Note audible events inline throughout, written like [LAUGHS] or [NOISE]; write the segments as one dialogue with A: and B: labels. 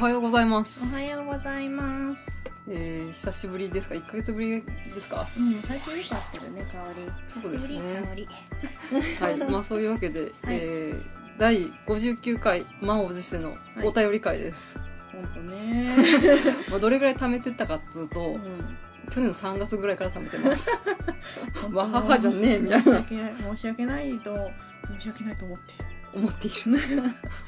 A: おはようございま
B: お
A: す。
B: はようございます。
A: えー、久しぶりですか ?1 ヶ月ぶりですか
B: うん、最近よく合ってるね、香り。
A: そうですね
B: 香り。
A: はい。まあそういうわけで、えー、第59回満を持してのお便り会です。
B: ほんとね。
A: まあどれぐらい貯めてったかっつうと、
B: うん。
A: 去年の3月ぐらいから貯め
B: [LAUGHS]
A: てます。わははじゃねえみた
B: 申
A: いな
B: し訳ない、申し訳ないと、申し訳ないと思って。
A: 思
B: [LAUGHS]
A: っている。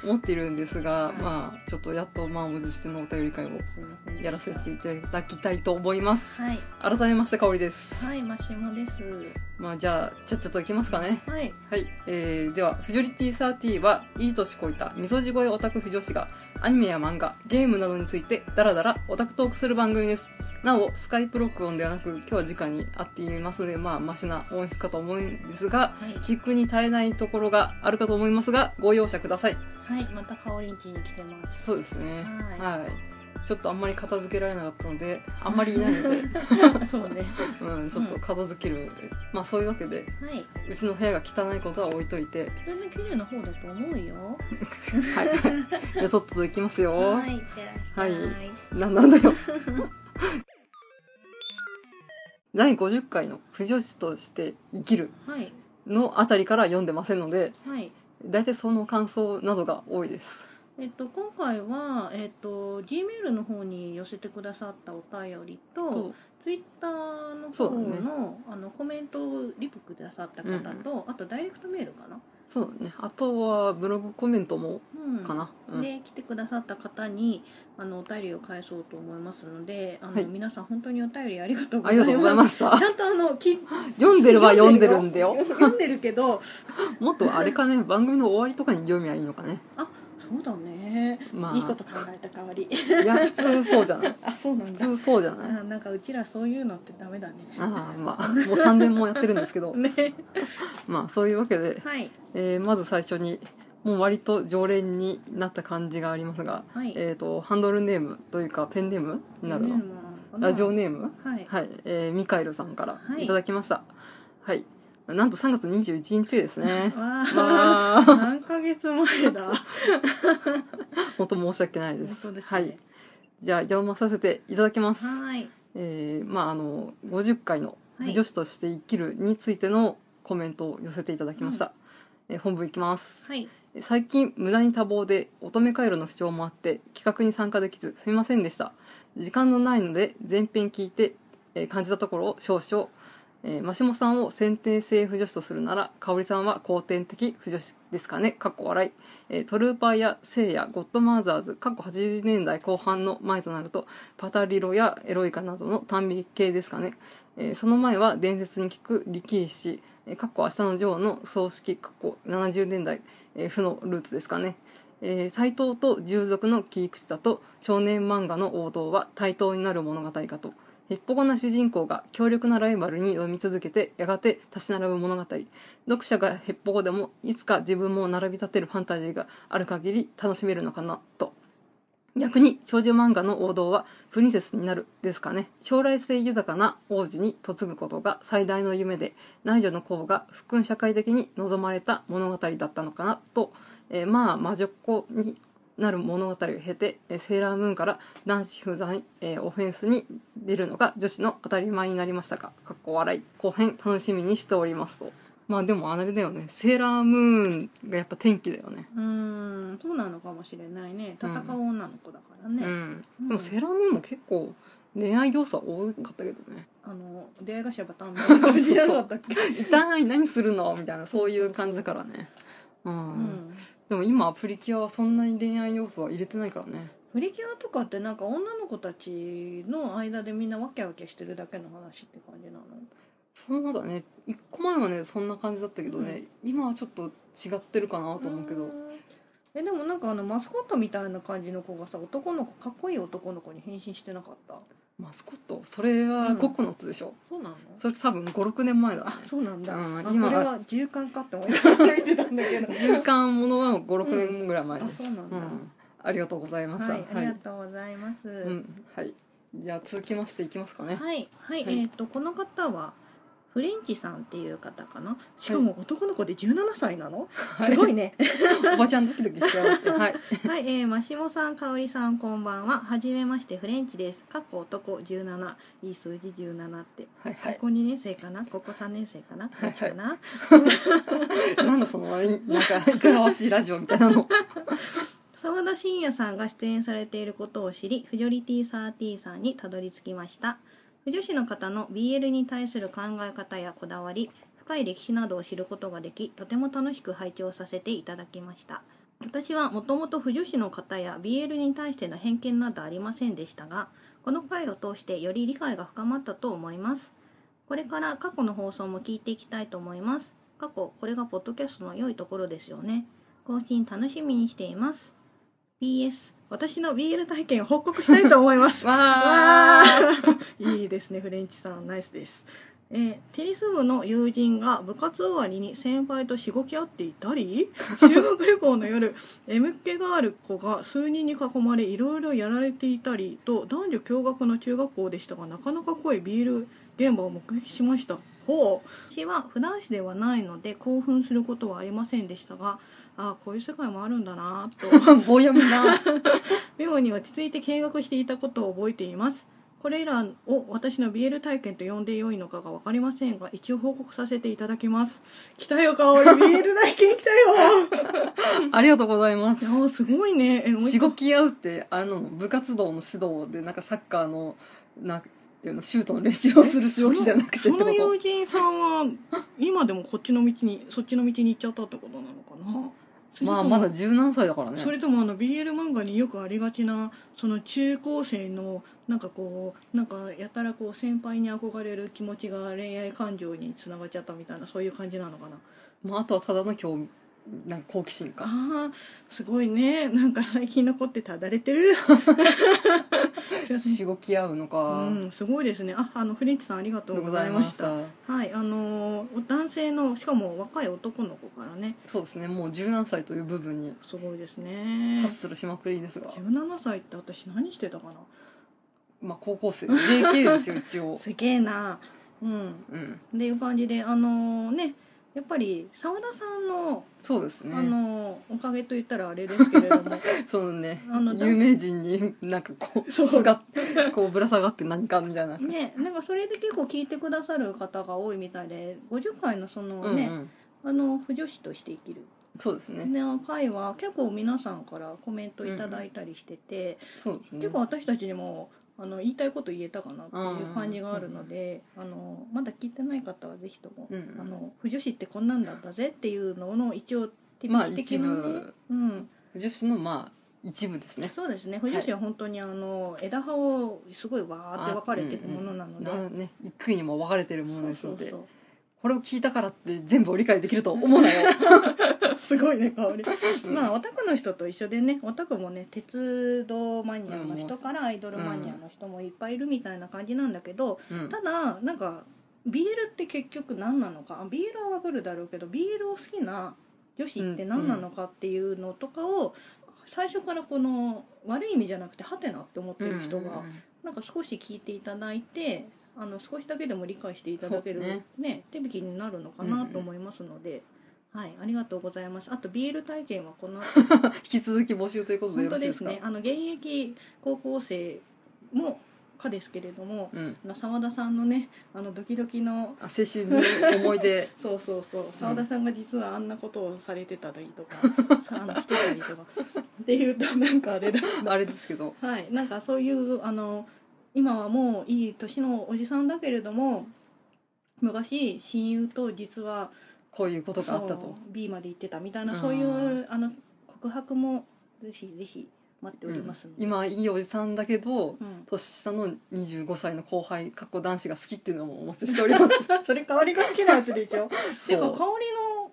A: 思っているんですが
B: は、い
A: まあちょっとやっと満を持してのお便り会を
B: すいません。
A: やらせていただきたいと思います。
B: はい。
A: 改めまして、香りです。
B: はい、マシモです。
A: まあじゃあ、ちゃっちゃといきますかね。
B: はい。
A: はい、えー、では、フジョリティサーティは、いい年こいた、みそじ声オタク不女子が、アニメや漫画、ゲームなどについて、ダラダラオタクトークする番組です。なお、スカイプ録音ではなく、今日は直に会っていますので、まあ、マシな音質かと思うんですが、
B: はい。
A: 聞くに耐えないところがあるかと思いますが、ご容赦ください。
B: はい、また香りんちに来てます。
A: そうですね。
B: は
A: はい。ちょっとあんまり片付けられなかったので、あんまりいないので、
B: [LAUGHS] そうね。
A: うん、ちょっと片付ける。まあ、そういうわけで、
B: はい。
A: うちの部屋が汚いことは置いといて、
B: 全然綺麗な方だと思うよ。
A: はい。 [LAUGHS] じゃあ、とっとと行きますよ。
B: はい、いってらっしゃい。
A: はいな、なんだよ。第50回の「不女子として生きる
B: はい。」
A: のあたりから読んでませんので、
B: はい。
A: 大体その感想などが多いです。
B: えっと、今回は、えっと、Gmail の方に寄せてくださったお便りと
A: と、
B: ツイッターの
A: そ
B: 方
A: うだ
B: の,、あのコメントをリプくださった方と、あとダイレクトメールかな、
A: そうだね。あとはブログコメントも
B: うん、
A: かな。うん。
B: で来てくださった方にあのお便りを返そうと思いますのであの、
A: はい
B: 皆さん本当にお便りありがとうご
A: あ
B: ざい
A: り
B: ま
A: が
B: す
A: とうご
B: [LAUGHS]
A: ざいました
B: ち。ゃんとあのき
A: 読んでるは読んでるんだよ。
B: [LAUGHS] 読んでるけど
A: もっとあれかね、番組の終わりとかに読みゃいいのかね。
B: そうだね、
A: まあ、
B: いいこと考えた代わり [LAUGHS]
A: いや、普通そうじゃない。
B: あそうなん
A: 普
B: だ
A: 通そうじゃない。
B: あなんかうちらそういうのってダメだね
A: ああ、まあ、もう3年もやってるんですけど、
B: ね
A: まあ、そういうわけで、
B: はい
A: えーまず最初にもう割と常連になった感じがありますが、
B: はい
A: えー、とハンドルネームというかペンネームになるの、ラジオネーム、
B: はい
A: はいえーミカエルさんから
B: はい
A: いただきましたはい、なんと3月21日です [LAUGHS] ね
B: わあ
A: まあ
B: [LAUGHS] 何ヶ月前だ
A: 本当申し訳ないで
B: 本
A: す
B: 当です
A: はい
B: ね
A: じゃあ読まさせていただきます
B: はい
A: えーまああの50回の「
B: はい
A: 女子として生きる」についてのコメントを寄せていただきました、えー本文いきます
B: はい
A: 最近無駄に多忙で乙女回路の不調もあって企画に参加できずすみませんでした時間のないので前編聞いて、えー感じたところを少々、えー、マシモさんを先天性不女子とするなら香織さんは後天的不女子ですかねかっこ笑い、えートルーパーや聖やゴッドマーザーズかっこ80年代後半の前となるとパタリロやエロイカなどの短美系ですかね、えーその前は伝説に聞く力士えーかっこ明日の女王の葬式かっこ70年代えー負のルーツですかね。えー、対等と従属の切り口だと少年漫画の王道は対等になる物語かと。へっぽこな主人公が強力なライバルに読み続けてやがて立ち並ぶ物語。読者がへっぽこでもいつか自分も並び立てるファンタジーがある限り楽しめるのかなと。逆に少女漫画の王道はプリンセスになるですかね将来性豊かな王子に嫁ぐことが最大の夢で内女の功が福君社会的に望まれた物語だったのかなと、えーまあ魔女っ子になる物語を経て、えーセーラームーンから男子不在、えーオフェンスに出るのが女子の当たり前になりましたがかっこ笑い後編楽しみにしておりますとまあでもあれだよねセーラームーンがやっぱ天気だよね
B: うーんそうなのかもしれないね戦う女の子だからね、
A: うん、
B: うん
A: でもセーラームーンも結構恋愛要素は多かったけど [LAUGHS] ね
B: あの出会い頭
A: [LAUGHS]
B: バタンみたいな感じじゃなかったっけ
A: 「痛い何するの?」みたいなそういう感じだからねうん、
B: うん
A: でも今プリキュアはそんなに恋愛要素は入れてないからね
B: プリキュアとかってなんか女の子たちの間でみんなワキャワキャしてるだけの話って感じなの
A: そうだね一個前はねそんな感じだったけどね、今はちょっと違ってるかなと思うけ
B: ー
A: ど、
B: んえでもなんかあのマスコットみたいな感じの子がさ男の子かっこいい男の子に変身してなかった
A: マスコットそれはココナッツでしょ、
B: そうなの
A: それ多分56年前だね
B: あそうなんだ、
A: うん
B: あ
A: 今
B: これは循環かって思いながら見てたんだけど
A: 循環ものは56年ぐらい前です、
B: うんあそうなんだ
A: ありがとうございました
B: はいありがとうございます、
A: うんはい、じゃあ続きましていきますかね
B: はい、はい、
A: はい
B: えっ、と、この方は。フレンチさんっていう方かなしかも男の子で17歳なの、すごい [LAUGHS] ね
A: おばちゃんドキドキしちゃうって。はい。
B: はい、えー、マシモさん、かおりさん、こんばんは。はじめまして、フレンチです。かっこ男17。いい数字17って。
A: はいは
B: こ
A: い。
B: こ2年生かなここ3年生かなどっちかな、
A: なんだその、いなんか、いかがわしいラジオみた
B: [LAUGHS]
A: いなの。
B: 沢田信也さんが出演されていることを知り、フジョリティサーティーさんにたどり着きました。不女子の方の BL に対する考え方やこだわり、深い歴史などを知ることができ、とても楽しく拝聴させていただきました。私はもともと不女子の方や BL に対しての偏見などありませんでしたが、この回を通してより理解が深まったと思います。これから過去の放送も聞いていきたいと思います。過去、これがポッドキャストの良いところですよね。更新楽しみにしています。BS、私の BL 体験を報告したいと思います。
A: わ
B: わ
A: ー。
B: ーいいですねフレンチさんナイスです、えーテニス部の友人が部活終わりに先輩としごき合っていた [LAUGHS] り修学旅行の夜 M 系がある子が数人に囲まれいろいろやられていたりと男女共学の中学校でしたがなかなか濃いビール現場を目撃しましたほう私は普段子ではないので興奮することはありませんでしたがああこういう世界もあるんだなぁと
A: [LAUGHS] 棒読みな。
B: 妙に落ち着いて見学していたことを覚えていますこれらを私の BL 体験と呼んで良いのかが分かりませんが一応報告させていただきます来たよかおり
A: [LAUGHS]
B: BL 体験来たよ
A: ありがとうございま
B: い
A: す
B: や。ーすごいねえもう一
A: しごき合うって、あの、部活動の指導で、なんかサッカーの、なんていうの、シュートの練習をするしごきじゃなくて
B: そ
A: って
B: の
A: こ
B: 友
A: と。
B: 人さんは今でもこっちの道にそっちの道に行っちゃったってことなのかなそれと
A: まあ、
B: も
A: まだ十何歳だからね
B: そ。れともあの BL 漫画によくありがちなその中高生のなんかこうなんかやたらこう先輩に憧れる気持ちが恋愛感情につながっちゃったみたいなそういう感じなのかな
A: まあ、あとはただの興味、なんか好奇心か。
B: あーすごいねなんか生き残ってただれてるすいません
A: しごき合うのか。
B: うん、すごいですねああのフレンチさんありがと
A: で
B: う
A: ご
B: ご
A: ざ
B: ざ
A: い
B: い
A: ま
B: ま
A: し
B: した
A: た。
B: はいあのー男性のしかも若い男の子からね
A: そうですね、もう十何歳という部分に、
B: すごいですね
A: ハッスルしまくりですが。
B: 17歳って私何してたかな
A: まあ、高校生。JK ですよ、一
B: [LAUGHS]
A: 応。
B: すげえなうん
A: うん。
B: っていう感じであのねやっぱり澤田さんの、
A: そうです
B: あ
A: ね。
B: のおかげと言ったらあれですけれ
A: [LAUGHS]
B: ども
A: そのね
B: あの、
A: 有名人になんかこう、
B: そう
A: すが、こうぶら下がって何かみたいな。
B: ねなんかそれで結構聞いてくださる方が多いみたいで50回のその
A: うんう
B: ね、
A: ん。
B: あの不女子として生きる、
A: そうですね。
B: ね、回は結構皆さんからコメントいただいたりしてて、
A: そうですね
B: 結。構私たちにもあの言いたいこと言えたかなっていう感じがあるので、あのまだ聞いてない方はぜひとも、
A: うんうん
B: あの不女子ってこんなんだったぜっていうのの一応定
A: まあ
B: 期的なね、
A: 一部
B: うん、
A: 女子のまあ一部ですね。
B: そうですね。富士市は本当にあの、枝葉をすごいわーって分かれていくものなので。
A: あうんうんなね、一区にも分かれてるものです
B: そ
A: の
B: うそう
A: で、
B: そう。
A: これを聞いたからって全部を理解できると思うなよ。
B: [LAUGHS] [LAUGHS] すごいね香り。
A: うん
B: まあオタクの人と一緒でね、オタクもね鉄道マニアの人からアイドルマニアの人もいっぱいいるみたいな感じなんだけど、
A: うん
B: ただなんかビールって結局何なのか、あビールは分かるだろうけど、ビールを好きな女子って何なのかっていうのとかを。最初からこの悪い意味じゃなくてハテナって思ってる人がなんか少し聞いていただいてあの少しだけでも理解していただける、
A: そうね
B: ね手引きになるのかなと思いますので、はいありがとうございますあと BL 体験はこの
A: 引き続き募集ということで
B: 本
A: よろ
B: 当
A: しい
B: で
A: です
B: す
A: か。
B: ねあの現役高校生もかですけれども
A: うん。
B: あの澤田さんのねあのドキドキの
A: あ青春の思い出
B: そうそうそう澤田さんが実はあんなことをされてたりとか、さあのしてたりとかっていうとなんかあれだ
A: あれですけど、
B: はい、なんかそういうあの今はもういい年のおじさんだけれども昔親友と実は
A: こういうことがあった
B: そう
A: と。
B: B まで行ってたみたいな
A: うん
B: そういうあの告白もぜひぜひ待っておりますので、
A: 今いいおじさんだけ
B: う
A: ど。
B: ん
A: 年下の25歳の後輩、かっこ男子が好きっていうのもお待ちしており
B: [LAUGHS]
A: ます。
B: それ香りが好きなやつでし [LAUGHS] ょてか
A: そう
B: 香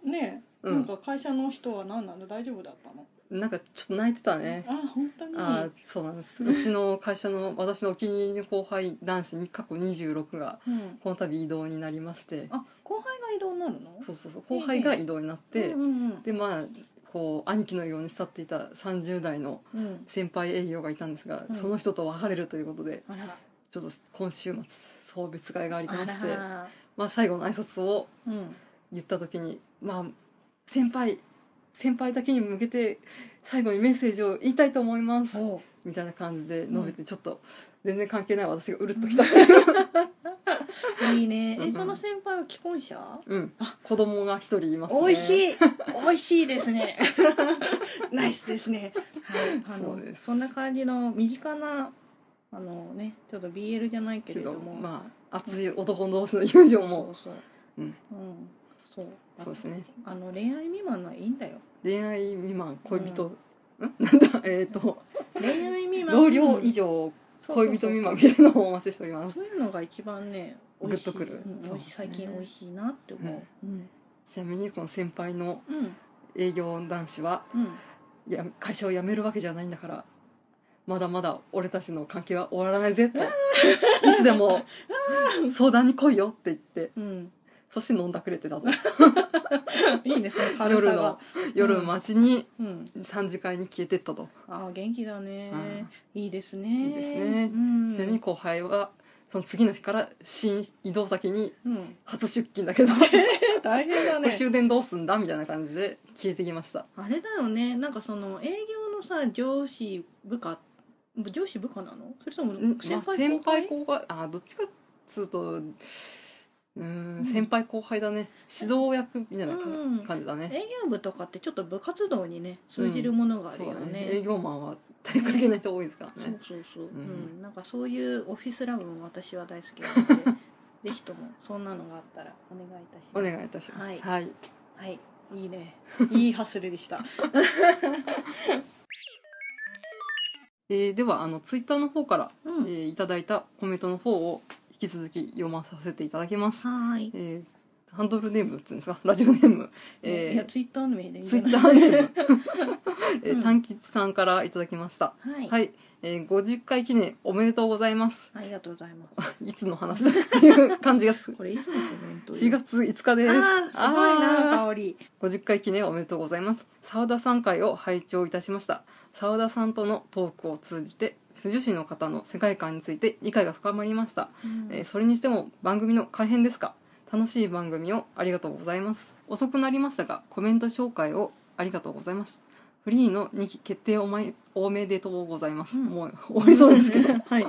B: りのね、
A: う
B: なん
A: ん。
B: か会社の人は何なんだ大丈夫だったの
A: なんかちょっと泣いてたね。
B: あ本当に
A: あーそうなんですうちの会社の私のお気に入りの後輩男子に過去26が
B: うん、
A: この度異動になりまして
B: あ後輩が異動になるの
A: そうそうそう後輩が異動になって
B: うんうん
A: でまあこう兄貴のように慕っていた30代の
B: うんうん
A: 先輩営業がいたんですが、
B: うん
A: その人と別れるということで
B: あら
A: ちょっと今週末送別会がありまして
B: あら
A: まあ、最後の挨拶を
B: うん
A: 言った時に、まあ、先輩先輩だけに向けて最後にメッセージを言いたいと思います
B: おう
A: みたいな感じで
B: ん
A: 述べてちょっと全然関係ない私がうるっときた
B: いいね
A: う
B: え
A: ん
B: その先輩は既婚者
A: うん子供が一人いますね
B: 美味しい美味しいですね [LAUGHS] ナイスですねはいあの
A: そうです
B: んな感じの身近なあのねちょっと BL じゃないけ
A: け
B: れど
A: ど
B: も
A: まあ熱い男同士の友情
B: そ
A: も
B: うそう
A: う
B: うんんそう
A: そうですね
B: あの恋愛未満はいいんだよ
A: 恋愛未満恋人、んなんだ [LAUGHS] えっ、と
B: 恋愛未満
A: 同僚以上
B: そうそうそう
A: 恋人未満みたいなのをお待ちしております
B: そういうのが一番ね
A: グッとくる
B: うん
A: そうですね
B: 美味しい最近美味しいなって思ううん
A: ちなみにこの先輩の
B: うん
A: 営業男子は
B: うん
A: いや会社を辞めるわけじゃないんだからまだまだ俺たちの関係は終わらないぜ
B: [LAUGHS]
A: といつでも相談に来いよって言って
B: うん、
A: そして飲んだくれてたと
B: いいねその軽
A: 夜
B: さ
A: の
B: が、
A: 夜街に
B: うん、
A: 3次会に消えてったと、
B: ああ元気だね、
A: うん
B: いいですね
A: いいですね
B: うん、
A: ちなみに後輩はその次の日から新移動先に
B: うん、
A: 初出勤だけどこ
B: 大変だね
A: れ終電どうすんだみたいな感じで消えてきました
B: あれだよねなんかその営業のさ上司部下上司部下なのそれとも
A: うん
B: 先
A: ま
B: 輩
A: あ
B: 後輩,、
A: 先輩後輩あどっちかっつうとうー
B: うんん
A: 先輩後輩だね指導役みたいなか
B: うん
A: 感じだね
B: 営業部とかってちょっと部活動にね通じるものがある
A: そう
B: よ
A: だ
B: ね,、
A: ね営業マンは体格系の人多いですからね
B: そうそうそう、うんんなんかそういうオフィスラブも私は大好きなの
A: [LAUGHS]
B: でぜひともそんなのがあったらお願いいたします
A: お願いいたしますはい、
B: はいいいねいいハッスルでした
A: えーではあのツイッターの方から、
B: うん
A: えーいただいたコメントの方を引き続き読まさせていただきます、
B: はーい、
A: えーハンドルネームっつうんですかラジオネーム、えー
B: いやツイッターの名でいいん
A: ツ
B: じ
A: イ
B: ゃない
A: ッターネーム、え
B: う
A: ー、
B: ん
A: 短吉さんからいただきました。
B: はい、
A: はい、えー、50回記念おめでとうございます。
B: ありがとうございます
A: いつの話だっていう感じがする。
B: これいつのコメントよ
A: 4月5日です。
B: あーすごいな
A: あー
B: 香り
A: 50回記念おめでとうございます。沢田さん会を拝聴いたしました。沢田さんとのトークを通じて、不女子の方の世界観について理解が深まりました。えーそれにしても番組の改編ですか楽しい番組をありがとうございます遅くなりましたがコメント紹介をありがとうございますフリーの2期決定おまいおめでとうございます、
B: うん
A: もう終わりそうですけど、 [LAUGHS]
B: はい、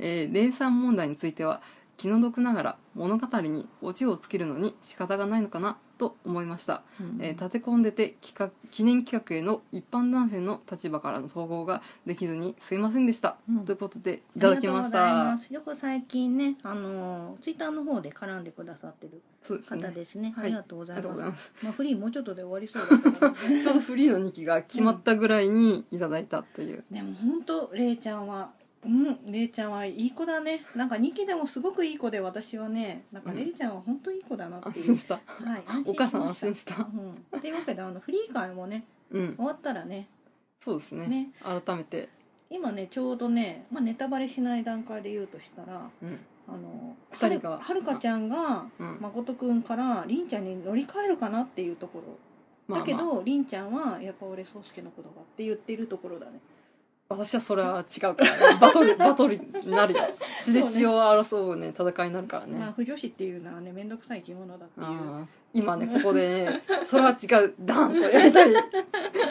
A: えー、霊産問題については気の毒ながら物語にオチをつけるのに仕方がないのかなと思いました、えー立て込んでて企画記念企画への一般男性の立場からの統合ができずにすいませんでした、
B: うん
A: ということでいただき
B: あり
A: まし
B: がとうござい
A: た
B: ますよく最近ね、あのツイッター Twitter の方で絡んでくださってる
A: そうですね
B: 方ですね。
A: はい
B: ありがとうご
A: あ
B: ざ
A: り
B: います。
A: がとうございます
B: まあフリーもうちょっとで終わりそうだから、ね。[LAUGHS]
A: [LAUGHS] ちょうどフリーの2期が決まったぐらいにいただいたという、
B: でも本当レイちゃんは。うん、レイちゃんはいい子だね。なんか二期でもすごくいい子で、私はね、なんかレイちゃんは本当いい子だなって
A: 安
B: いう。
A: 心した
B: はい、安
A: お母さん安
B: 安心
A: 心
B: し
A: した
B: ました。うん、っていうわけで、あのフリー会もね、
A: うん
B: 終わったらね、
A: そうですね
B: ね
A: 改めて、
B: 今ね、ちょうどね、まあネタバレしない段階で言うとしたら。
A: うん
B: あの
A: 二人が
B: はるはるかちゃんが
A: うん
B: 誠くんからりんちゃんに乗り換えるかなっていうところ
A: まあま
B: だ
A: あ、
B: けどりんちゃんはやっぱ俺宗介のことがって言ってるところだね
A: 私はそれは違うから、ね、 [LAUGHS] バトルバトルにな
B: [LAUGHS]
A: るよ血で血を争うね戦いになるからね、
B: まあ不女子っていうのはね面倒くさい生き物だっていう
A: あー今ねここでねそれは違うダンとやり
B: [LAUGHS]
A: たい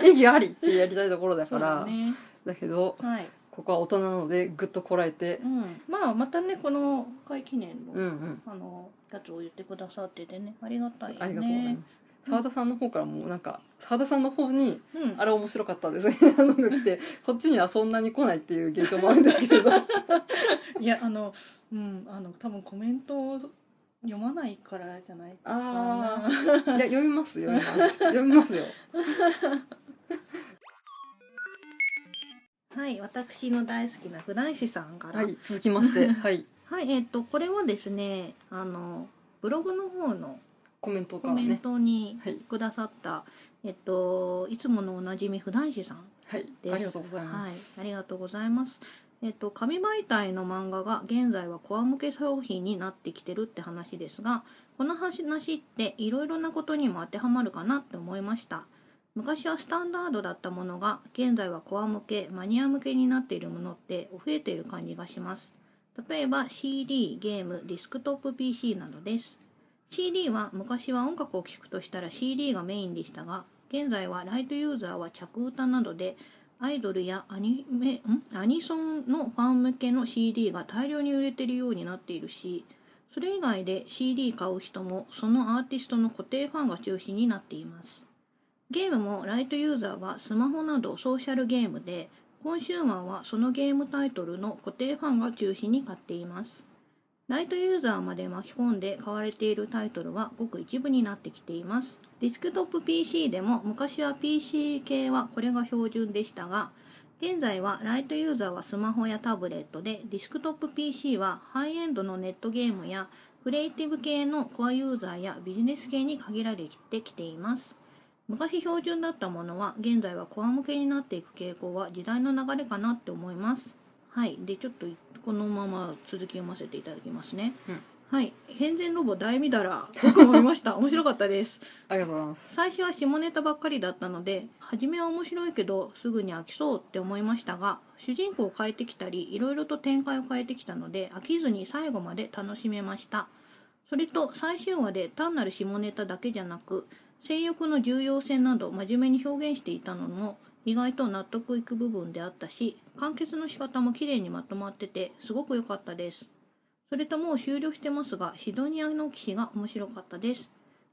A: 意義ありってやりたいところだ
B: そ
A: か
B: うだ
A: らだ,、
B: ね
A: けど
B: はい、
A: ここは大人なのでぐっとこらえて
B: う、ん、まあまたねこの会記念の、
A: うん、うん
B: あのやつを言ってくださっててねありがたいよね
A: ありがとうございます澤田さんの方からもなんか澤田さんの方に
B: うん
A: あれ面白かったですね。 [LAUGHS] あのが来て、こっちにはそんなに来ないっていう現象もあるんです
B: [LAUGHS]
A: けれど。
B: いやあのうんあの多分コメントを読まないからじゃないかな
A: あいや、読みます、読みます。読
B: [LAUGHS]
A: みますよ。
B: はい、私の大好きな普段師さんから。
A: は
B: はい、
A: い、続きまして、
B: [LAUGHS]
A: はい、
B: えっ、と、これはですね、あの、ブログの方の
A: コメントか
B: コ
A: ら
B: メン
A: ね。
B: トに
A: はい
B: くださった、えっと、いつものおなじみ普段師さん。
A: はい、
B: です
A: ありがとうございま
B: はい、
A: す。
B: ありがとうございます。えっと、紙媒体の漫画が現在はコア向け商品になってきてるって話ですがこの話っていろいろなことにも当てはまるかなって思いました昔はスタンダードだったものが現在はコア向けマニア向けになっているものって増えている感じがします例えば CD ゲームディスクトップ PC などです CD は昔は音楽を聴くとしたら CD がメインでしたが現在はライトユーザーは着歌などでアイドルやアニメんアニソンのファン向けの CD が大量に売れてるようになっているしそれ以外で CD 買う人もそのアーティストの固定ファンが中心になっていますゲームもライトユーザーはスマホなどソーシャルゲームでコンシューマーはそのゲームタイトルの固定ファンが中心に買っていますライトユーザーまで巻き込んで買われているタイトルはごく一部になってきています。ディスクトップ PC でも昔は PC 系はこれが標準でしたが、現在はライトユーザーはスマホやタブレットで、ディスクトップ PC はハイエンドのネットゲームやクリエイティブ系のコアユーザーやビジネス系に限られてきています。昔標準だったものは現在はコア向けになっていく傾向は時代の流れかなって思います。はい。で、ちょっとこのまま続き読ませていただきますね。
A: うん
B: はい。変然ロボ大みだら。僕も見ました。面白かったです。
A: ありがとうございます。
B: 最初は下ネタばっかりだったので、初めは面白いけど、すぐに飽きそうって思いましたが、主人公を変えてきたり、いろいろと展開を変えてきたので、飽きずに最後まで楽しめました。それと、最終話で単なる下ネタだけじゃなく、性欲の重要性など真面目に表現していたのも、意外と納得いく部分であったし、完結の仕方も綺麗にまとまってて、すごく良かったです。それともう終了してますが、シドニアの騎士が面白かったです。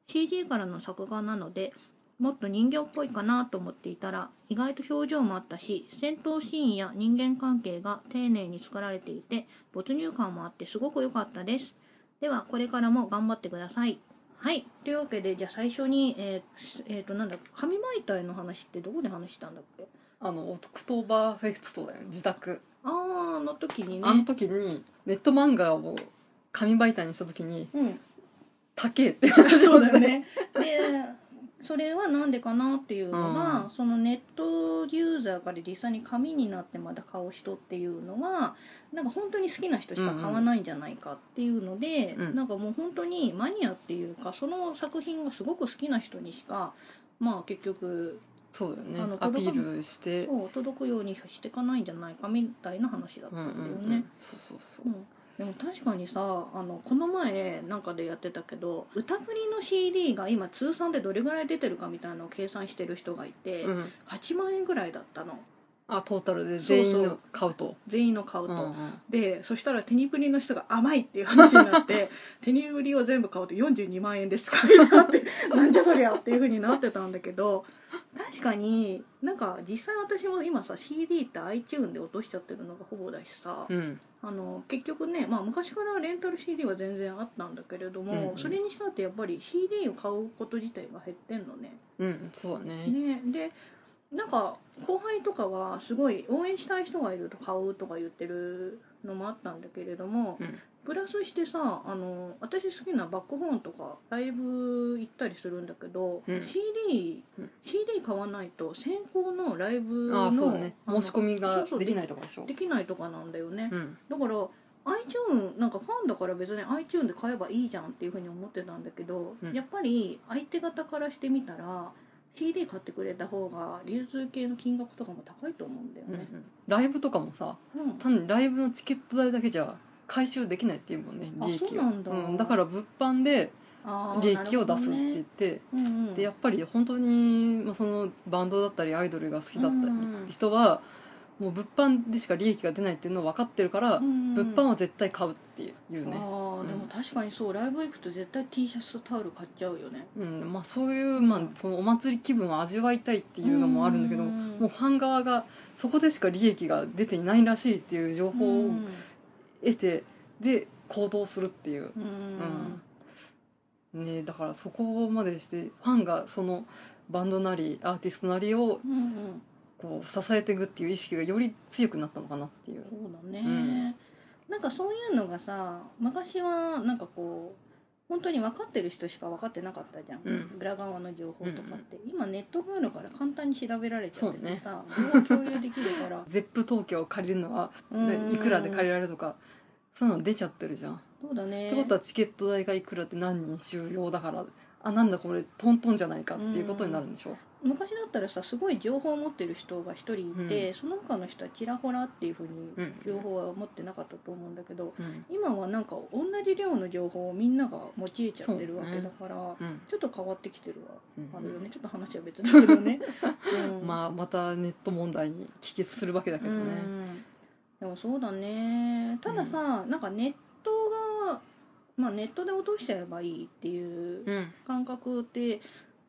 B: CG からの作画なので、もっと人形っぽいかなと思っていたら、意外と表情もあったし、戦闘シーンや人間関係が丁寧に作られていて、没入感もあってすごく良かったです。では、これからも頑張ってください。はい。というわけで、じゃあ最初に、えーしえーと、なんだ、紙媒体の話ってどこで話したんだっけ
A: あの、オクトーバーフェストだよね、自宅。
B: あー、あの時にね。
A: あの時に、ネット漫画を紙媒体にした時に、
B: うん。
A: 高えって話
B: [LAUGHS] そ
A: を
B: う
A: し
B: だ
A: て、
B: ね。で、それはなんでかなっていうのが、
A: うん
B: そのネットユーザーから実際に紙になってまだ買う人っていうのは、なんか本当に好きな人しか買わないんじゃないかっていうので、
A: うんうん
B: なんかもう本当にマニアっていうか、その作品がすごく好きな人にしか、まあ結局、
A: そうだよ
B: あ
A: ね
B: の。
A: アピールして、
B: そう届くようにしていかないんじゃないかみたいな話だっ
A: う
B: た
A: んうん
B: だよね。
A: んうん。そうそうそう
B: う。んでも確かにさあのこの前なんかでやってたけど歌振りの CD が今通算でどれぐらい出てるかみたいなのを計算してる人がいて、
A: うん、
B: 8万円ぐらいだったの
A: あトータルで全員
B: そ
A: の
B: う
A: 買うと
B: 全員の買う
A: う
B: と、
A: んうん
B: でそしたら手に振りの人が甘いっていう話になって
A: [LAUGHS]
B: 手に振りを全部買うと42万円ですかってなって [LAUGHS] なんじゃそりゃっていうふうになってたんだけど確かになんか実際私も今さ CD って iTune で落としちゃってるのがほぼだしさ、
A: うん
B: あの結局ね、まあ、昔からレンタル CD は全然あったんだけれども、
A: うんうん
B: それにしたってやっぱり CD を買うこと自体が減ってんのね。
A: うんそうだね
B: ねでなんか後輩とかはすごい応援したい人がいると買うとか言ってるのもあったんだけれども、
A: うん
B: プラスしてさあの私好きなバックホーンとかライブ行ったりするんだけど、
A: うん
B: CD
A: うん
B: CD 買わないと先行のライブの
A: あそうだね
B: あの
A: 申し込み
B: そ
A: が
B: うそう
A: できないとかでしょ
B: できないとかなんだよね。
A: うん
B: だから iTune なんかファンだから別に iTune で買えばいいじゃんっていうふうに思ってたんだけど、
A: うん
B: やっぱり相手方からしてみたら CD 買ってくれた方が流通系の金額とかも高いと思うんだよ
A: うんう
B: ね。
A: んライブとかもさ
B: うん
A: 単にライブのチケット代だけじゃ回収できないっていうもんね
B: あ
A: 利益
B: そう
A: を
B: なんだ
A: うん、だから物販で
B: あー
A: 利益を出すって言っ、て、
B: なるほどねうんうん、
A: でやっぱり本当に、まあ、そのバンドだったりアイドルが好きだったり
B: うん
A: って人はもう物販でしか利益が出ないっていうのを分かってるから、
B: うん
A: 物販は絶対買うっていう
B: あ
A: ね、
B: ーでも確かにそうライブ行くと絶対 T シャツとタオル買っちゃうよね。
A: うんまあ、そういう、まあ、このお祭り気分を味わいたいっていうのもあるんだけど、
B: うん
A: もうファン側がそこでしか利益が出ていないらしいっていう情報を
B: うん
A: 得て、で行動するっていう、
B: うん
A: うんね、だからそこまでしてファンがそのバンドなりアーティストなりを
B: うんうん
A: こう支えていくっていう意識がより強くなったのかなっていう。
B: そうだね、
A: うん
B: なんかそういうのがさ昔はなんかこう本当に分かってる人しか分かってなかったじゃん、
A: うん
B: 裏側の情報とかって、今ネットがあるから簡単に調べられちゃって
A: そう
B: て
A: ね
B: さ、情報共有できるから
A: ゼップ東京を借りるのは、
B: うん
A: [LAUGHS] ねいくらで借りられるとかそういうの出ちゃってるじゃん。
B: そうだね
A: ってことはチケット代がいくらって何人収容だからあなんだこれトントンじゃないかっていうことになるんでしょ、
B: 昔だったらさすごい情報を持ってる人が一人いて、その他の人はちらほらっていうふう
A: う
B: に
A: ん
B: 情報は持ってなかったと思うんだけど、
A: うん
B: 今はなんか同じ量の情報をみんなが用いちゃってるわけだから、
A: うん
B: ちょっと変わってきてるわ。あるよね、ちょっと話は別だけど
A: [LAUGHS]
B: ね。うん
A: まあまたネット問題に帰結するわけだけどね、
B: うんでもそうだねたださ、なんかネットがまあネットで落としちゃえばいいっていう
A: うん
B: 感覚って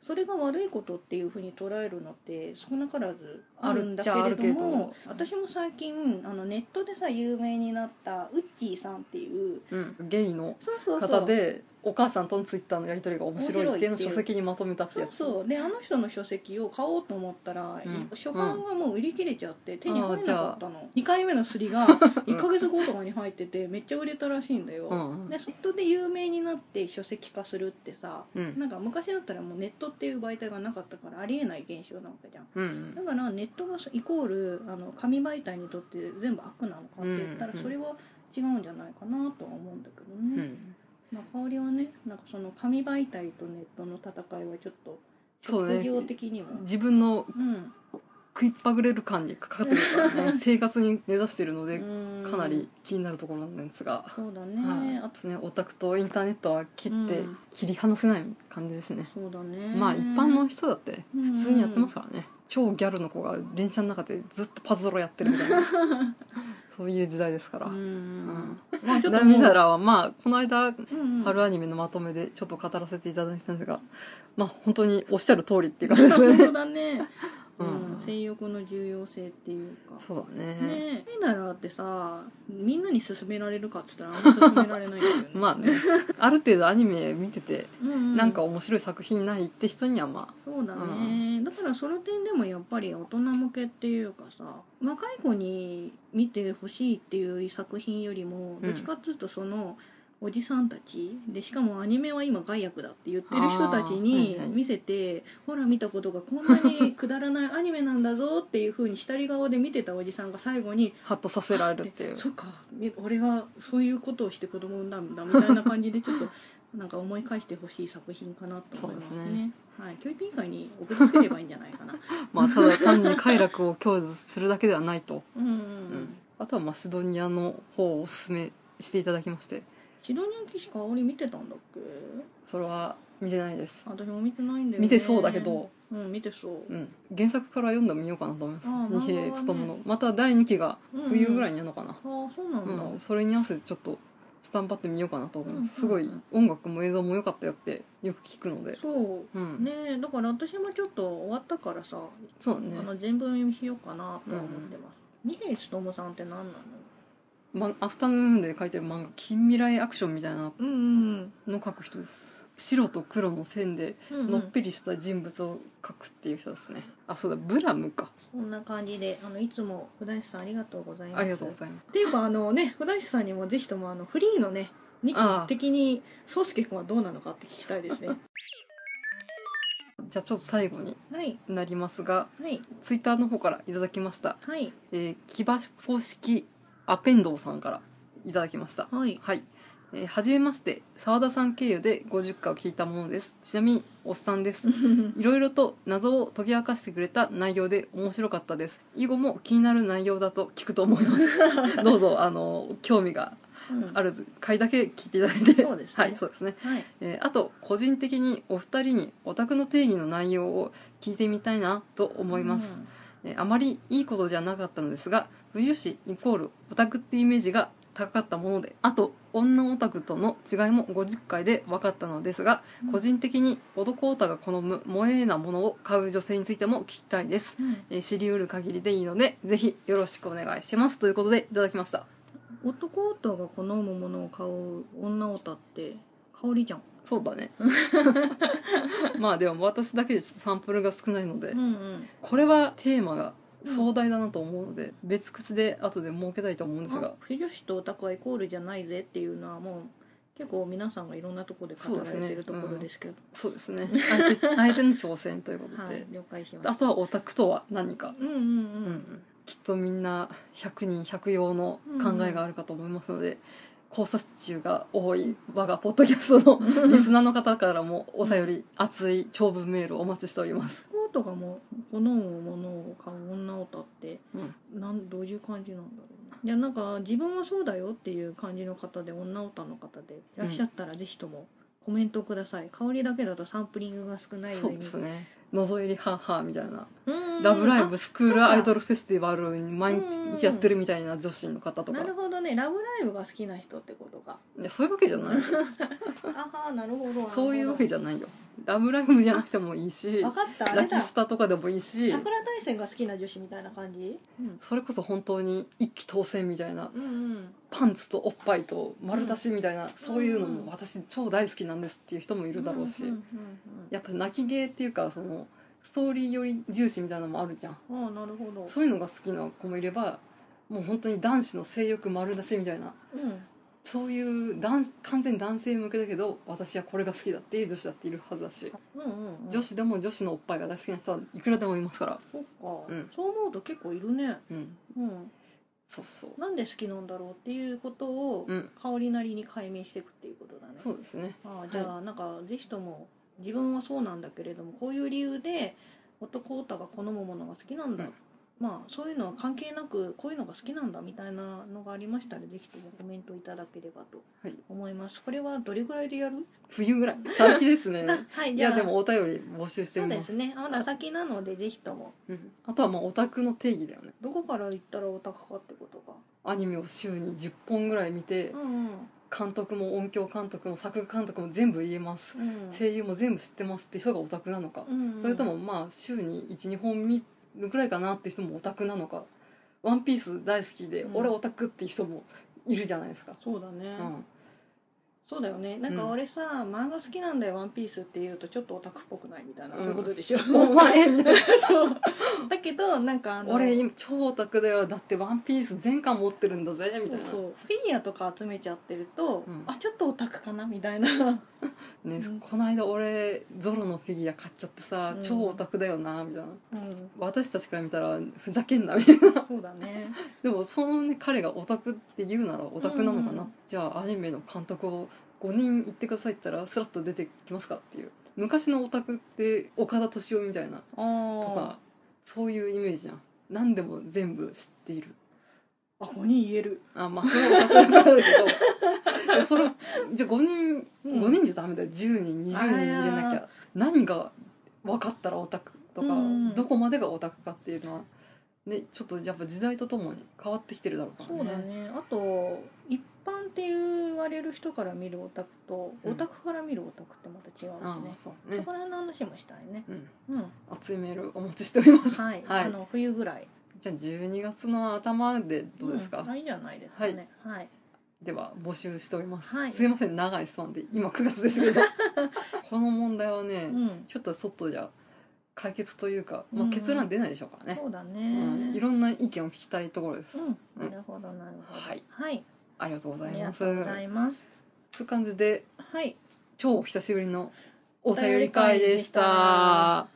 B: それが悪いことっていうふうに捉えるのって少なからずあるんだけ
A: あ
B: れ
A: るっちゃあるけ
B: ど
A: ど
B: も私も最近あのネットでさ有名になったウッチーさんっていう
A: うん、ゲイの
B: そうそうそ
A: 方
B: う
A: でお母さんとのツイッターのやり取りが面白いっていうのを
B: 面白いってい
A: 書
B: う
A: 籍にまとめたって
B: そ
A: や
B: う
A: つ
B: そうであの人の書籍を買おうと思ったら、
A: うん
B: 初版がもう売り切れちゃって手に入らなかったの2回目のすり
A: [LAUGHS]
B: が
A: うん
B: 1ヶ月後とかに入っててめっちゃ売れたらしいんだよ、
A: うんうん
B: でそこで有名になって書籍化するってさ
A: うん
B: なんか昔だったらもうネットっていう媒体がなかったからありえない現象なわけじゃん
A: うんう
B: だ
A: ん
B: からネットがイコールあの紙媒体にとって全部悪なのかって言ったら
A: うんうん
B: それは違うんじゃないかなとは思うんだけどね、
A: うん
B: まあ香りはねなんかその紙媒体とネットの戦いはちょっと
A: そう
B: 副
A: ね
B: 業的にも
A: 自分の
B: うん
A: 食いっぱぐれる感にかかってるからね生活に根ざしてるので
B: うん
A: かなり気になるところなんですが、
B: そうだ
A: はい
B: ねあと
A: ですねオタクとインターネットは切って
B: うん
A: 切り離せない感じですね、
B: そうだね
A: まあ一般の人だって普通にやってますからね、超ギャルの子が電車の中でずっとパズドラやってるみたい
B: [LAUGHS]
A: なそういう時代ですから、
B: う
A: うんん
B: まあちょっともう
A: 涙らはまあこの間
B: うんうん
A: 春アニメのまとめでちょっと語らせていただいたんですが、まあ本当におっしゃる通りっていう感じで
B: 本
A: す
B: 当
A: ね。
B: だねう
A: うん
B: ん性欲の重要性っていうか
A: そうだね。
B: ねえ涙らってさみんなに勧められるかっつったらあんま勧められないんだよね
A: [LAUGHS] まあね、ある程度アニメ見てて、
B: うんうん
A: なんか面白い作品ないって人にはま
B: そうだね、
A: う
B: だからその点でもやっぱり大人向けっていうかさ若い子に見てほしいっていう作品よりも
A: ん
B: どっちかっていうとその、おじさんたちでしかもアニメは今害悪だって言ってる人たちに
A: あーはいはい
B: 見せて、ほら見たことがこんなにくだらないアニメなんだぞっていうふうに下り顔で見てたおじさんが最後に
A: あハッとさせられるってい
B: で
A: う。
B: そっかみ俺はそういうことをして子供を産んだんだみたいな感じでちょっ
A: [LAUGHS]
B: となんか思い返してほしい作品かなと思いますね
A: そうですね
B: はい、教育委員会に送りつければいいんじゃないかな
A: まあただ単に快楽を享受するだけではないと。
B: うん、うん
A: う
B: うんん、
A: あとはマシドニアの方をおすすめしていただきまして、
B: シドニア騎士香り見てたんだっけ
A: それは見てないです。
B: 私も見てないんだよ、ね、
A: 見てそうだけど、
B: うん見てそう、
A: うん、原作から読んでみようかなと思います。
B: あー
A: 二平
B: 漫画はね
A: 勤の。また第二期が冬ぐらい
B: に、
A: にやるのかな。
B: ああそうなんだ、
A: うん、それに合わせてちょっとスタンバってみようかなと思います、す
B: うんう
A: ご
B: んうん
A: い音楽も映像も良かったよってよく聞くので、
B: そううんねえだから私もちょっと終わったからさ、
A: そうだ
B: あ
A: ね、
B: の全部読みしようかなとは思ってます、二平勉さんって何なの
A: ま、アフタヌーンで書いてる漫画「近未来アクション」みたいな
B: うんうん
A: のを書く人です白と黒の線で
B: うんうん
A: のっぺりした人物を書くっていう人ですねあそうだブラムか
B: こんな感じで、あのいつも古田さんありがとうございます。
A: ありがとうございます
B: っていうかあのね、古田さんにもぜひともあのフリーのね、二期
A: ああ
B: 的に宗介君はどうなのかって聞きたいです
A: [LAUGHS]
B: ね。
A: じゃあちょっと最後に
B: はい
A: なりますが
B: はい
A: ツイッターの方からいただきました、
B: はい
A: えー、木場公式アペンドーさんからいただきました
B: はい。
A: はい。えーはじめまして、澤田さん経由で50回を聞いたものです。ちなみに、おっさ
B: [LAUGHS]
A: んです。いろいろと謎を解き明かしてくれた内容で面白かったです。以後も気になる内容だと聞くと思い
B: [LAUGHS]
A: ます。どうぞ、あの、興味が
B: うん
A: ある回だけ聞いていただいて。
B: そうですね
A: はい、そうですね。
B: はい。
A: えーあと、個人的にお二人にオタクの定義の内容を聞いてみたいなと思います。えーあまりいいことじゃなかったのですが冬市イコールオタクってイメージが高かったものであと女オタクとの違いも50回で分かったのですが、
B: うん
A: 個人的に男オタが好む萌えなものを買う女性についても聞きたいです、
B: うん。うん
A: えー知りうる限りでいいのでぜひよろしくお願いしますということでいただきました
B: 男オタが好むものを買う女オタって香りじゃん。
A: そうだ
B: [LAUGHS]
A: ねまあでも私だけでちょっとサンプルが少ないので、
B: うんうん。
A: これはテーマが壮大だなと思うので、別口で後で設けたいと思うんですが
B: あ、不女子とオタクはイコールじゃないぜっていうのはもう結構皆さんがいろんなところで語られ
A: そうです
B: て
A: ね
B: るところですけど。
A: そうですね相手 [LAUGHS] 相手の挑戦ということで、
B: はい。了解しました
A: あ。とはオタクとは何か、
B: うんうんう。
A: うんんうん、きっとみんな100人100用の考えがあるかと思いますので、考察中が多い我がポッ
B: [LAUGHS]
A: ドキャストのリスナーの方からもお便り、熱い長文メールをお待ちしております
B: コー人がもう好むものを買う女オタって
A: うん
B: なんどういう感じなんだろうな。いやなんか自分はそうだよっていう感じの方で女オタの方でいらっしゃったらぜひともコメントください。香りだけだとサンプリングが少ない
A: そ
B: 上
A: う
B: に。
A: ですね覗入りハンハーみたいな
B: うんうんう
A: 「
B: ん
A: ラブライブ
B: あ
A: スクールアイドルフェスティバル」に毎
B: うんうん
A: 日やってるみたいな女子の方とか
B: なるほどね。ラブライブが好きな人ってことか。
A: いやそういうわけじゃないよ
B: あはーなるほどなるほど。
A: そういうわけ
B: じ
A: じゃないよラブライブじゃなくてもいいし
B: わかったあ
A: ラ
B: れ
A: キ
B: だ。
A: スタとかでもいいし
B: 桜大戦が好きな女子みたいな感じ。うん
A: それこそ本当に一気当選みたいな
B: うんうん。
A: パンツとおっぱいと丸出しみたいな、そういうのも私超大好きなんですっていう人もいるだろうし、
B: んんうん
A: やっぱ泣き芸っていうかそのストーリーより重視みたいなのもあるじゃん
B: うん、ああなるほど。
A: そういうのが好きな子もいればもう本当に男子の性欲丸出しみたいな
B: うん。
A: そういう男完全に男性向けだけど私はこれが好きだっていう女子だっているはずだし、
B: うんうんうん。
A: 女子でも女子のおっぱいが大好きな人はいくらでもいますから
B: そっか、
A: うん
B: そう思うと結構いるね。
A: うん
B: うん。
A: そうそう
B: なんで好きなんだろうっていうことを
A: うん
B: 香りなりに解明していくっていうことだね。
A: そうですね
B: ああじゃあなんかぜひとも自分はそうなんだけれどもこういう理由で男オタが好むものが好きなんだ。
A: うん
B: まあそういうのは関係なくこういうのが好きなんだみたいなのがありましたらぜひともコメントいただければと
A: はい
B: 思います。これはどれぐらいでやる？
A: 冬ぐらい最近ですね
B: あはい
A: [LAUGHS] い
B: じゃあ
A: やでもお便り募集して
B: そう
A: み
B: で
A: ますす
B: ね。まだ先なのでぜひとも
A: うん、あとはまあオタクの定義だよね
B: どこから行ったらオタクかってことか。
A: アニメを週に10本ぐらい見て
B: うんうん。
A: 監督も音響監督も作画監督も全部言えます
B: うん
A: 声優も全部知ってますって人がオタクなのか
B: うんうん
A: それともまあ週に12本見るくらいかなって人もオタクなのか「ワンピース大好きで
B: うん
A: 俺オタクっていう人もいるじゃないですか。
B: そうだね、
A: うん、
B: そうだよねなんか
A: うん
B: 俺さ、漫画好きなんだよ「ワンピースって言うとちょっとオタクっぽくないみたいな、そういうことでし
A: [LAUGHS]
B: ょ
A: お前みたいな
B: [LAUGHS] そうだけどなんかあの
A: 俺今超オタクだよだって「ワンピース全巻持ってるんだぜ
B: そ
A: みた
B: う
A: いな
B: そうフィギュアとか集めちゃってると、
A: うん
B: あちょっとオタクかなみたい
A: [LAUGHS]
B: な
A: ね
B: うん
A: この間俺ゾロのフィギュア買っちゃってさ、
B: うん
A: 超オタクだよなみたいな
B: うん
A: 私たちから見たらふざけんな [LAUGHS] みたいな
B: そうだね
A: でもそのね彼がオタクって言うならオタクなのかな、
B: うん
A: じゃあアニメの監督を5人言ってくださいって言ったらスラッと出てきますかっていう昔のオタクって岡田敏夫みたいな
B: あー
A: とかそういうイメージじゃん何でも全部知っている
B: あ5人言える
A: あまあそれはオタクだか
B: [LAUGHS]
A: らだけどでもそれじゃあ5人
B: うん
A: 5人じゃダメだよ10人20人入れなきゃ何が分かったらオタクとか、
B: うん
A: どこまでがオタクかっていうのはねちょっとやっぱ時代とともに変わってきてるだろうから
B: そうだねあと一般って言われる人から見るオタクと、
A: うん
B: オタクから見るオタクってまた違うしね
A: ああまあそう
B: そ
A: ね
B: こら辺の話もしたいね
A: うん
B: うん
A: 熱いメールお待ちしております
B: はい、
A: はい
B: あの冬ぐらい
A: じゃあ12月の頭でどうですか、
B: んないんじゃないですかね。はい。
A: では募集しております、
B: はい
A: すいません長い質問で今9月です
B: [LAUGHS]
A: けどこの問題はね、
B: うん。
A: ちょっと外じゃ解決というか、
B: う
A: まあ、
B: ん
A: 結論は出ないでしょうからね、
B: そうだね。
A: うんいろんな意見を聞きたいところです、
B: うん
A: うん
B: なるほどなるほど。
A: はい。
B: はい。
A: ありがとうご
B: あ
A: ざい
B: りが
A: ます
B: とうございます。
A: つう感じで
B: はい。
A: 超お久しぶりのお便り会でした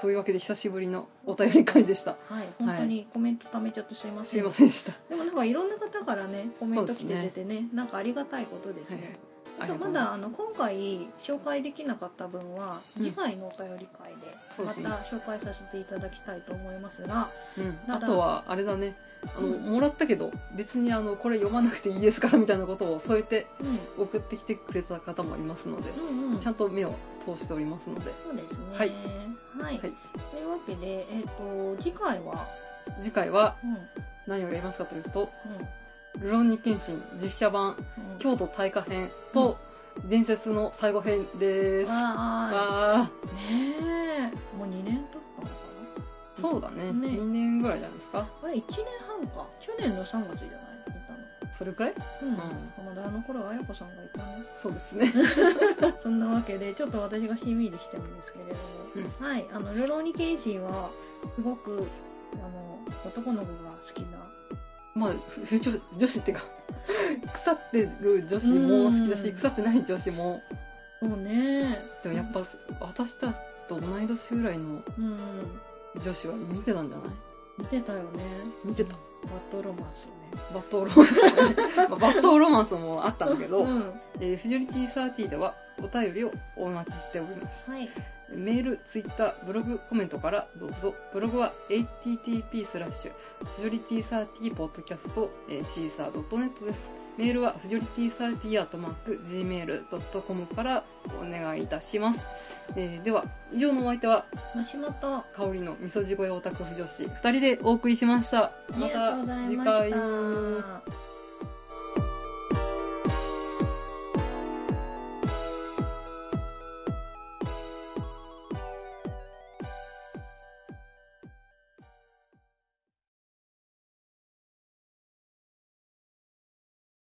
A: そういうわけで久しぶりのお便り会でした
B: はい。本当にコメント貯めちゃってすいますせ
A: い
B: ん。
A: ませんでした
B: でもなんかいろんな方からねコメント来て出てねなんかありがたいことですね。
A: あ
B: あ
A: り
B: と
A: が
B: ま
A: とうござい
B: だ
A: ま
B: あ
A: す
B: の今回紹介できなかった分は
A: うん
B: 次回のお便り会
A: そうです
B: で
A: ね
B: また紹介させていただきたいと思いますが、
A: うん、
B: ま
A: あ
B: だ
A: とはあれだねあのもらったけど別にあのこれ読まなくていいですからみたいなことを添えて
B: う
A: 送ってきてくれた方もいますので
B: ん、うんうん。
A: ちゃんと目を通しておりますので、
B: そうですね。
A: はい
B: はい。
A: はい、
B: というわけで、えっ、と、次回は、
A: 次回は
B: うん、
A: 何をやりますかというと
B: う
A: 「ルロニケンシン」実写
B: ん、う
A: 版
B: ん。
A: 京都大火編と伝説の最後編です。
B: あ
A: あ
B: あ、ねえ、もう2年経ったのか
A: あ、そうだね。
B: ね
A: 2年ぐらいじゃないですか。
B: な。あれ、1年半か。去年の3月じゃない行っ
A: それくらい？
B: たの。うん。
A: うん
B: まだあの [LAUGHS] 頃、あやこさんがいたね。
A: そうですね。
B: そんなわけで、ちょっと私が CV でしてるんですけれども、
A: う
B: はい、あの、ルローニケンシンは、すごく、あの、男の子が好きな、
A: まあふ女子女子っていうか [LAUGHS] 腐ってる女子も好きだ
B: う
A: し
B: ん
A: 腐ってない女子も
B: そうね。
A: でもやっぱ私たちと同い年ぐらいの
B: うん、
A: 女子は見てたんじゃない？
B: 見てたよね。
A: 見てた。
B: バッドロマンスね。
A: バトーロマン
B: [LAUGHS]
A: ス、まあ、バトーロマンスもあったんだけど、
B: うん、は
A: えーフジョリティサーティではお便りをお待ちしております。
B: い
A: メール、ツイッター、ブログ、コメントからどうぞ。ブログは http スラッシュ、フジョリティサーティポッドキャスト、えー、シーサー .net です。メールはフジョリティサーティアートマーク、gmail.com からお願いいたします。えーでは、以上のお相手は、
B: マシモト
A: 香りの味噌地声オタク不女子、二人でお送りしました。
B: あ
A: ま
B: りがと
A: た
B: うござい
A: 次
B: ま
A: 回。
B: した